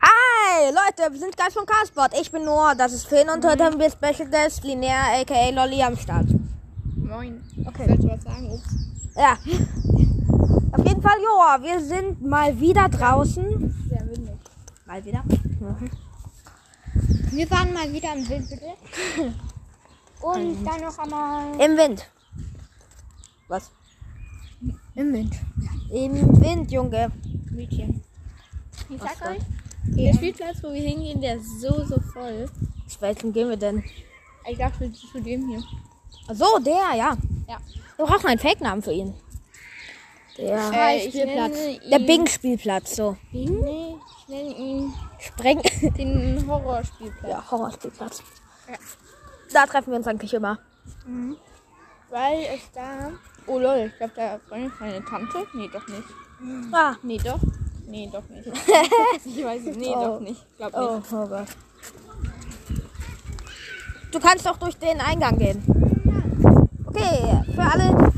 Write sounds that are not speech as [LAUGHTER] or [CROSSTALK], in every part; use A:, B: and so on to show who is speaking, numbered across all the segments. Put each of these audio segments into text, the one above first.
A: Hi Leute, wir sind Guys von Carsport. Ich bin Noah, das ist Finn und heute haben wir Special Guest Linear aka Lolly am Start.
B: Moin.
A: Okay.
B: Okay. Soll ich was sagen? Ups.
A: Ja. Auf jeden Fall, Joa, wir sind mal wieder draußen.
B: Sehr windig.
A: Mal wieder?
B: Wir waren mal wieder im Wind, [LAUGHS] bitte. Und dann noch einmal.
A: Im Wind. Was?
B: Im Wind.
A: Im Wind, Junge.
B: Mädchen. Ich
A: Was
B: sag
A: da?
B: euch, der Spielplatz, wo wir hingehen, der ist so, so voll.
A: Zu welchem gehen wir denn?
B: Ich dachte zu zu dem hier.
A: Ach so, der, ja.
B: Ja.
A: Wir brauchen einen Fake-Namen für ihn. Der,
B: Äh, ich
C: Spielplatz.
B: nenne ihn-
A: der Bing-Spielplatz, so.
B: Nee, ich nenne ihn
A: Spreng.
B: den Horrorspielplatz.
A: ja, Horrorspielplatz. Da treffen wir uns eigentlich immer.
B: Weil es da. Oh lol, ich glaube, da Freundin von meine Tante. Nee, doch nicht.
A: Ah.
B: Nee, doch. Nee, doch nicht. [LAUGHS] ich weiß es. Nee,
A: Oh.
B: doch nicht. Ich glaube nicht.
A: Oh, oh Gott. Du kannst doch durch den Eingang gehen. Okay, für alle.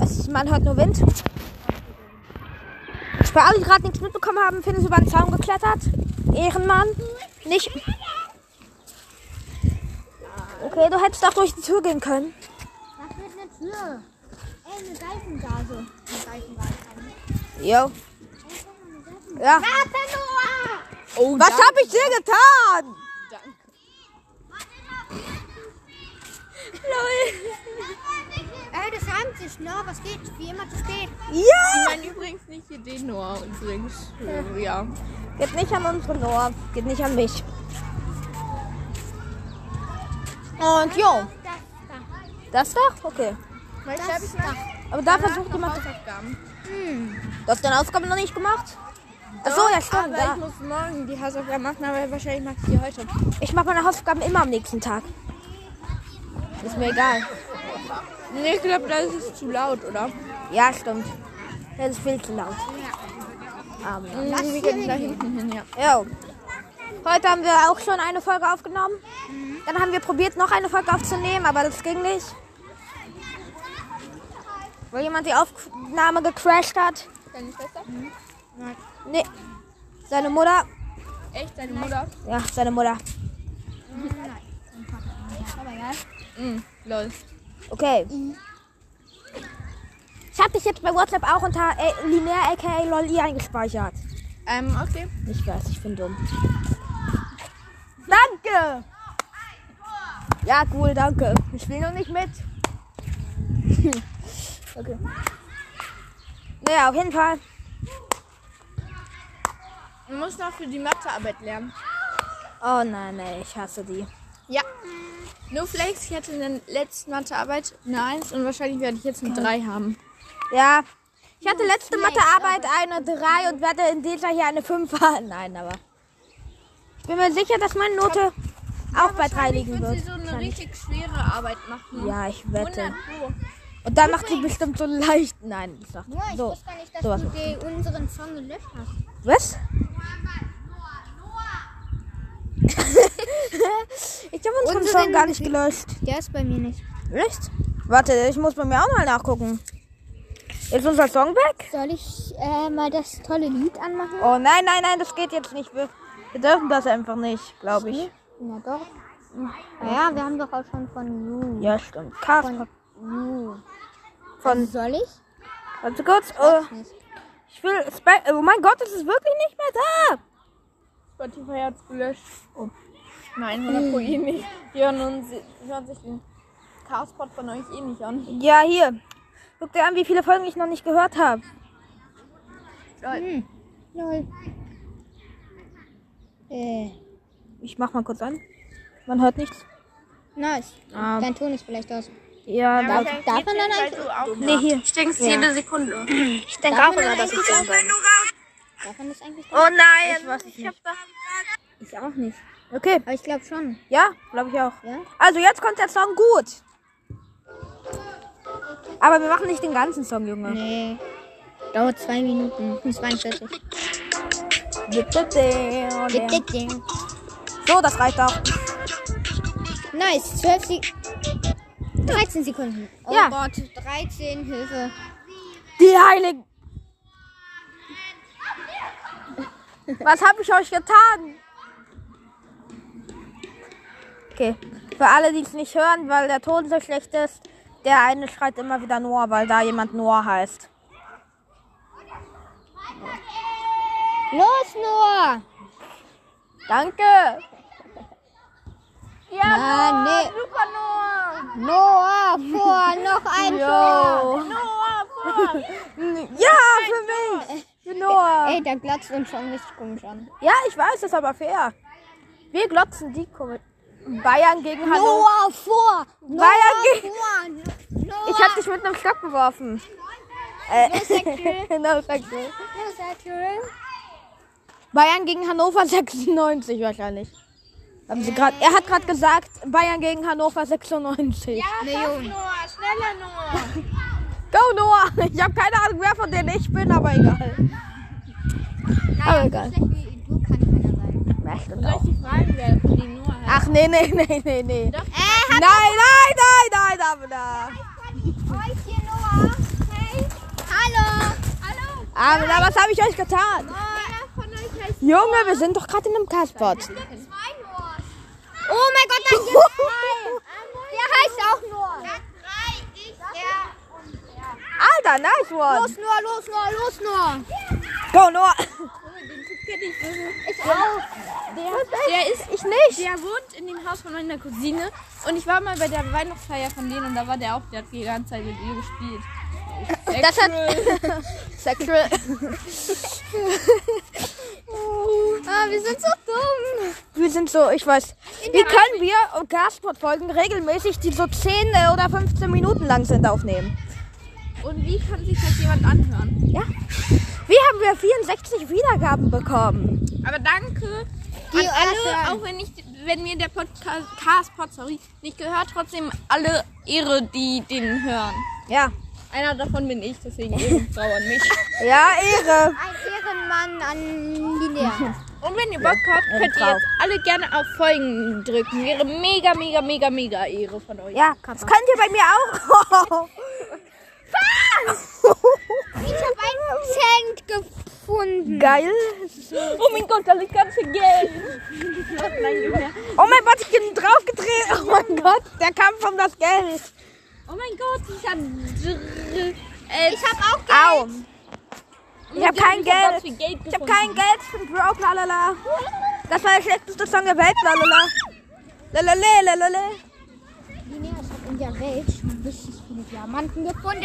A: Es ist, man hört nur Wind. Für alle, die gerade nichts mitbekommen haben, Finn ist über den Zaun geklettert. Ehrenmann. Nicht. Okay, du hättest auch durch die Tür gehen können.
C: Was wird eine Tür? Ey, eine Seifengase. Eine Seifengase.
A: Jo. Ja.
C: Warte, Noah!
B: Oh,
A: Was habe ich dir getan?
B: Danke.
C: Ey, das reimt sich, ne? Was geht? Wie immer zu spät.
A: Ja!
B: Nein, übrigens nicht hier den Noah, übrigens. Ja.
A: Geht nicht an unsere Noah. Geht nicht an mich. Und jo,
C: Das, da.
A: das doch? Okay.
B: Vielleicht
C: Das
B: habe ich nach
A: Aber da versucht jemand.
B: Hausaufgaben.
A: Du hast deine Ausgabe noch nicht gemacht? Achso, ja stimmt.
B: Aber
A: Ja.
B: ich muss morgen die Hausaufgaben machen, aber wahrscheinlich mache ich die heute.
A: Ich mache meine Hausaufgaben immer am nächsten Tag. Ist mir egal.
B: Nee, ich glaube, das ist zu laut, oder?
A: Ja, stimmt. Das ist viel zu laut. Aber.
B: Was wir gehen da hinten hin, ja.
A: Jo. Heute haben wir auch schon eine Folge aufgenommen. Dann haben wir probiert, noch eine Folge aufzunehmen, aber das ging nicht. Weil jemand die Aufnahme gecrashed hat.
B: Deine Schwester?
A: Nee. Seine Mutter.
B: Echt, deine Mutter?
A: Ja, seine Mutter.
C: Aber ja.
B: Mhm, lol.
A: Okay. Ich habe dich jetzt bei WhatsApp auch unter äh, Linear aka Lolli eingespeichert.
B: Ähm, okay.
A: Ich weiß, ich bin dumm. Danke! Ja, cool, danke. Ich will noch nicht mit. [LAUGHS] okay. Naja, auf jeden Fall.
B: Du musst noch für die Mathearbeit lernen.
A: Oh nein, nee, ich hasse die.
B: Ja. Nur Flakes, ich hatte in der letzten Mathearbeit eine 1 und wahrscheinlich werde ich jetzt eine 3 haben.
A: Ja. Ich hatte letzte Mathearbeit eine 3 und werde in dieser hier eine 5 haben. [LAUGHS] Nein, aber. Ich bin mir sicher, dass meine Note auch bei 3 liegen
B: wird
A: wird.
B: sie so eine richtig schwere Arbeit machen.
A: Ja, ich
B: 100
A: wette.
B: Pro.
A: Und dann macht sie bestimmt so leicht. Nein, das macht
C: Noah, ich
A: so.
C: wusste gar nicht, dass
A: sowas.
C: du die, unseren Song gelöscht hast.
A: Was? ich habe unseren
C: Unseren
A: Song gar nicht gelöscht.
C: Der ist bei mir nicht.
A: Echt? Warte, ich muss bei mir auch mal nachgucken. Ist unser Song weg?
C: Soll ich äh, mal das tolle Lied anmachen?
A: Oh nein, nein, nein, das geht jetzt nicht. Wir, wir dürfen das einfach nicht, glaube ich.
C: Na doch. Naja, wir haben doch auch schon von You.
A: Ja, stimmt. Cast
C: Von You.
A: von.
C: Also Soll ich?
A: Warte kurz. Äh,
C: Nicht.
A: ich will. Spe oh mein Gott, es ist wirklich nicht mehr da.
B: Spotify hat's gelöscht. Oh. Nein, 100 Pro eh nicht. Die hören, uns, die hören sich den Carspot von euch eh nicht an.
A: Ja, hier. Guck dir an, wie viele Folgen ich noch nicht gehört habe.
C: Lol. Äh,
A: Ich mach mal kurz an. Man hört nichts.
C: nice.
A: Ah.
C: Dein Ton ist vielleicht aus.
A: Ja, da.
C: Darf, darf man dann eigentlich.
A: Nee, hier.
D: stinkst jede Sekunde. Ich denke
C: Darf
D: auch
C: man
D: immer,
C: dann
D: dass ich
C: eigentlich
D: dumm bin.
C: Darf man das eigentlich?
D: Oh nein, ich, hab da.
C: Ich auch nicht.
A: Okay.
C: Aber ich glaube schon.
A: Ja, glaube ich auch.
C: Ja?
A: Also jetzt kommt der Song gut. Aber wir machen nicht den ganzen Song, Junge.
C: Nee. Dauert zwei Minuten. 42.
A: So, das reicht auch.
C: Nice. 12 Sek 13 Sekunden. Oh
A: Ja.
C: Gott. 13 Hilfe.
A: Die Heiligen. Was habe ich euch getan? Okay. Für alle, die es nicht hören, weil der Ton so schlecht ist, der eine schreit immer wieder Noah, weil da jemand Noah heißt.
C: Los, Noah!
A: Danke!
C: Ah, nee.
B: Super Noah!
C: Noah, vor, noch ein Tor!
A: Yo.
B: Noah,
C: [LAUGHS]
B: vor!
A: Ja, für mich! Für Noah!
C: Ey, da glatzt uns schon richtig komisch an.
A: Ja, ich weiß, das ist aber fair. Wir glotzen die komisch. Bayern gegen Hannover.
C: Noah, Oh, vor! Noah,
A: Bayern gegen-
C: vor! Noah!
A: Ich hab dich mit einem Stock beworfen. Äh. [LAUGHS] no, thank you.
C: Los, halt, Arthur.
A: Bayern gegen Hannover [LAUGHS] 96 wahrscheinlich. Haben sie grad, er hat gerade gesagt, Bayern gegen Hannover 96.
C: Millionen.
B: Noah, schneller Noah!
A: Go Noah! Ich habe keine Ahnung, wer von denen ich bin, aber egal. Aber egal.
C: Schlecht wie du kann keiner sein.
A: Ja, stimmt
B: Soll
A: auch.
B: ich die Fragen wer für die Noah hat?
A: Ach nee, [LAUGHS] nee, nee, nee, nee. Nein, nein,
C: Äh,
A: nein, nein, nein, nein.
C: euch hier, Noah. Hey. Hallo. Hallo.
A: Aber na, was habe ich euch getan?
C: Einer von euch heißt
A: Junge, wir sind doch gerade in einem Carsport.
C: zwei Noahs. Oh mein Gott, da ist jetzt drei. Der heißt auch Noah. drei, ich, er und er.
A: [LAUGHS] Alter, nice one.
C: Los, Noah, los, Noah, los, Noah.
A: Go Noah.
C: Ich auch.
B: Der ist ich nicht. Der wohnt in dem Haus von meiner Cousine und ich war mal bei der Weihnachtsfeier von denen und da war der auch, der hat die ganze Zeit mit ihr gespielt. [LAUGHS]
A: Das hat sexual.
B: Oh,
C: Ah, wir sind so dumm.
A: Wir sind so, ich weiß. Wie können wir Gasport-Folgen regelmäßig, die so 10 äh, oder 15 Minuten lang sind, aufnehmen?
B: Und wie kann sich das jemand anhören?
A: Ja. Wie haben wir 64 Wiedergaben bekommen?
B: Aber danke
C: Die
B: an alle,
C: Ohren.
B: auch wenn ich wenn mir der Podcast Castpod, sorry, nicht gehört, trotzdem alle Ehre, die den hören.
A: Ja.
B: Einer davon bin ich, deswegen Ehrenfrau an mich.
A: Ja, Ehre.
C: Ein Ehrenmann an die [LAUGHS] Lehrer.
B: Und wenn ihr Bock habt, könnt ihr
A: Ehrenfrau.
B: jetzt alle gerne auf Folgen drücken. Wäre mega, mega, mega, mega Ehre von euch.
A: Ja, das könnt ihr bei mir auch. [LAUGHS]
C: Ich habe ein Cent gefunden.
A: Geil.
B: Oh mein Gott, da liegt ganz viel Geld. Oh nein, Julia.
A: Oh mein Gott, ich bin draufgetreten. Oh mein Gott, der Kampf um das Geld.
B: Oh mein Gott, ich hab. Äh,
C: Ich habe auch
A: Au. Ich hab kein
B: hab
A: Geld.
B: ganz viel Geld
A: Ich hab
B: gefunden.
A: kein Geld, ich bin broke, lalala. Das war der schlechteste Song der Welt, lalala. Lalale, lalale.
C: Linear, ich habe in der Welt schon richtig viele Diamanten gefunden.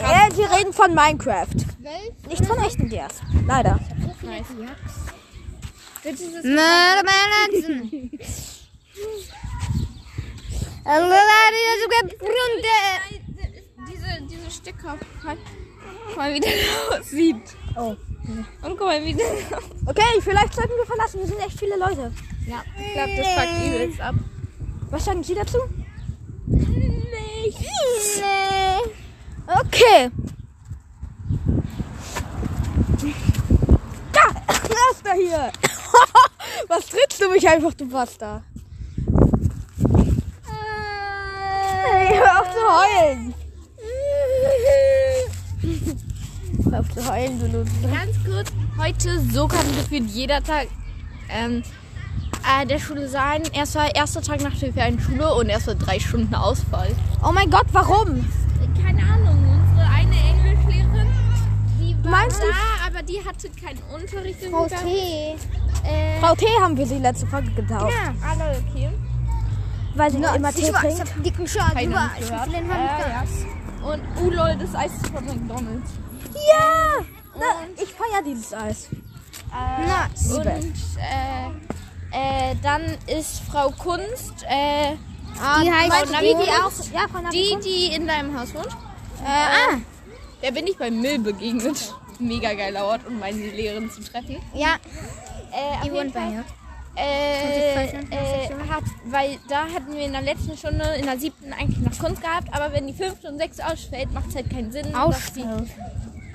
A: Ja, die reden von Minecraft.
C: Zwölf?
A: Nicht von echten Dias. Leider.
C: Mördermanzen.
B: Diese, diese Stücke auf mal, mal wieder [LAUGHS] aussieht.
A: Oh.
B: Und guck mal, wie das. Ich
A: Okay, vielleicht sollten wir verlassen. Wir sind echt viele Leute.
B: glaub, das packt übelst ab.
A: Was sagen Sie dazu? Nicht. Okay. Da! Lass da hier! [LAUGHS] Was trittst du mich einfach, du Basta? Hey, hör auf zu heulen! Hör auf zu heulen, du Nutzen.
B: Ganz kurz, heute, so kann gefühlt jeder Tag ähm, äh, der Schule sein. Erst war erster Tag nach der Ferien Schule und erst war drei Stunden Ausfall.
A: Oh mein Gott, warum?
B: Keine Ahnung, unsere eine Englischlehrerin, die war
A: Meinst du-
B: da, aber die hatte keinen Unterricht im
C: Frau
B: Winter.
C: T. Äh,
A: Frau T haben wir sie letzte Folge getauft.
B: Alle okay.
A: Weil sie immer Tee
C: ich war, ich
A: trinkt.
C: hab dicken Schaden.
B: Keiner
C: Über,
B: nicht
C: ich
B: gehört.
C: hab den
B: Äh,
C: Hand.
B: Und oh lol, das Eis ist von McDonalds.
A: Ja! Na, Ah, ich feier dieses Eis.
C: Na,
B: Und äh, äh, dann ist Frau Kunst, äh,
C: die heißt
B: Frau
C: die, die
B: Navi-
C: auch.
A: Ja, von
B: die, die in deinem Haus wohnt. Äh,
C: Ah.
B: Der bin ich bei Mill begegnet. Mega geiler Ort, um meine Lehrerin zu treffen.
C: Ja,
B: Äh, auf
C: die
B: jeden
C: wohnt bei
B: Fall,
C: mir.
B: äh,
C: 20, 22,
B: äh, hat, weil da hatten wir in der letzten Stunde, in der siebten eigentlich noch Kunst gehabt, aber wenn die fünfte und sechste ausfällt, macht es halt keinen Sinn. Ausfällt.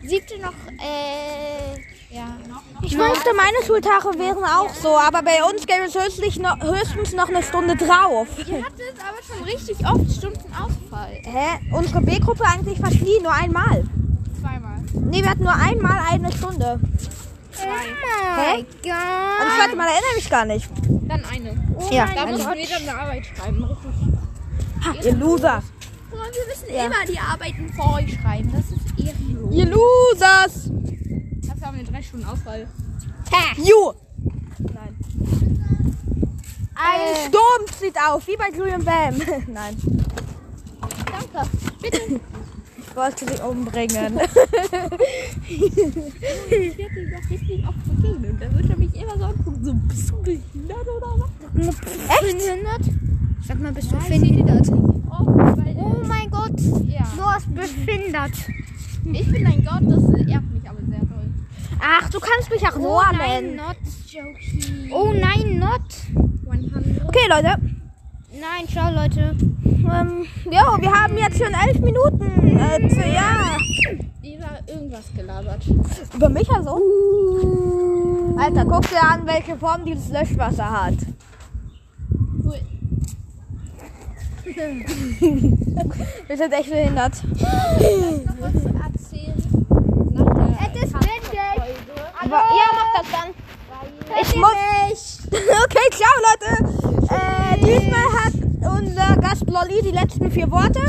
C: Siebte noch, äh, ja.
A: Ich wünschte, meine Schultage wären auch so, aber bei uns gäbe es höchstlich noch, höchstens noch eine Stunde drauf.
B: Ihr hattet aber schon richtig oft Stunden Ausfall.
A: Hä? Unsere B-Gruppe eigentlich fast nie, nur einmal.
B: Zweimal.
A: Nee, wir hatten nur einmal eine Stunde.
B: zwei.
A: Oh
C: Hä? Gott.
A: An das zweite Mal erinnere ich mich gar nicht.
B: Dann eine.
A: ja,
B: Da muss ich
A: eine.
B: wieder eine Arbeit schreiben. Richtig.
A: Ha, ihr Loser.
B: Guck mal, wir müssen immer die Arbeiten vor euch schreiben. Das ist ehrenlos.
A: Ihr Losers.
B: Dafür haben wir drei Stunden Ausfall.
A: You.
C: Ein
A: Sturm zieht auf, wie bei Julian Bam. [LAUGHS] Nein. Danke. Bitte. [LAUGHS] Ich wollte sie umbringen.
B: Ich werde den doch richtig oft begegnen. Da wird er mich immer so angucken. So, bist du behindert oder was?
C: behindert? Sag mal, bist du behindert? Oh mein Gott.
B: Ja.
C: Du hast behindert.
B: Ich bin ein Gott, das ehrt mich aber sehr doll.
A: Ach, du kannst mich auch
C: Oh
A: Äh,
C: nein, not. Oh nein, not.
B: 100.
A: Okay, Leute.
C: Nein, ciao, Leute.
A: Ähm, jo, wir haben jetzt schon elf Minuten. Äh, zu, ja.
B: Über irgendwas gelabert.
A: Über mich also?
C: Mm.
A: Alter, guck dir an, welche Form dieses Löschwasser hat.
B: Cool.
A: [LAUGHS] Wir sind echt behindert.
B: erzählen. Nach der
C: Es ist windig.
A: Aber, ja, mach das dann. Ich muss. [LAUGHS] Okay, ciao, Leute. Äh, diesmal hat unser Gast Lolli die letzten vier Worte.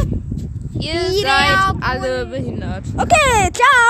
B: Ihr seid alle behindert.
A: Okay, ciao.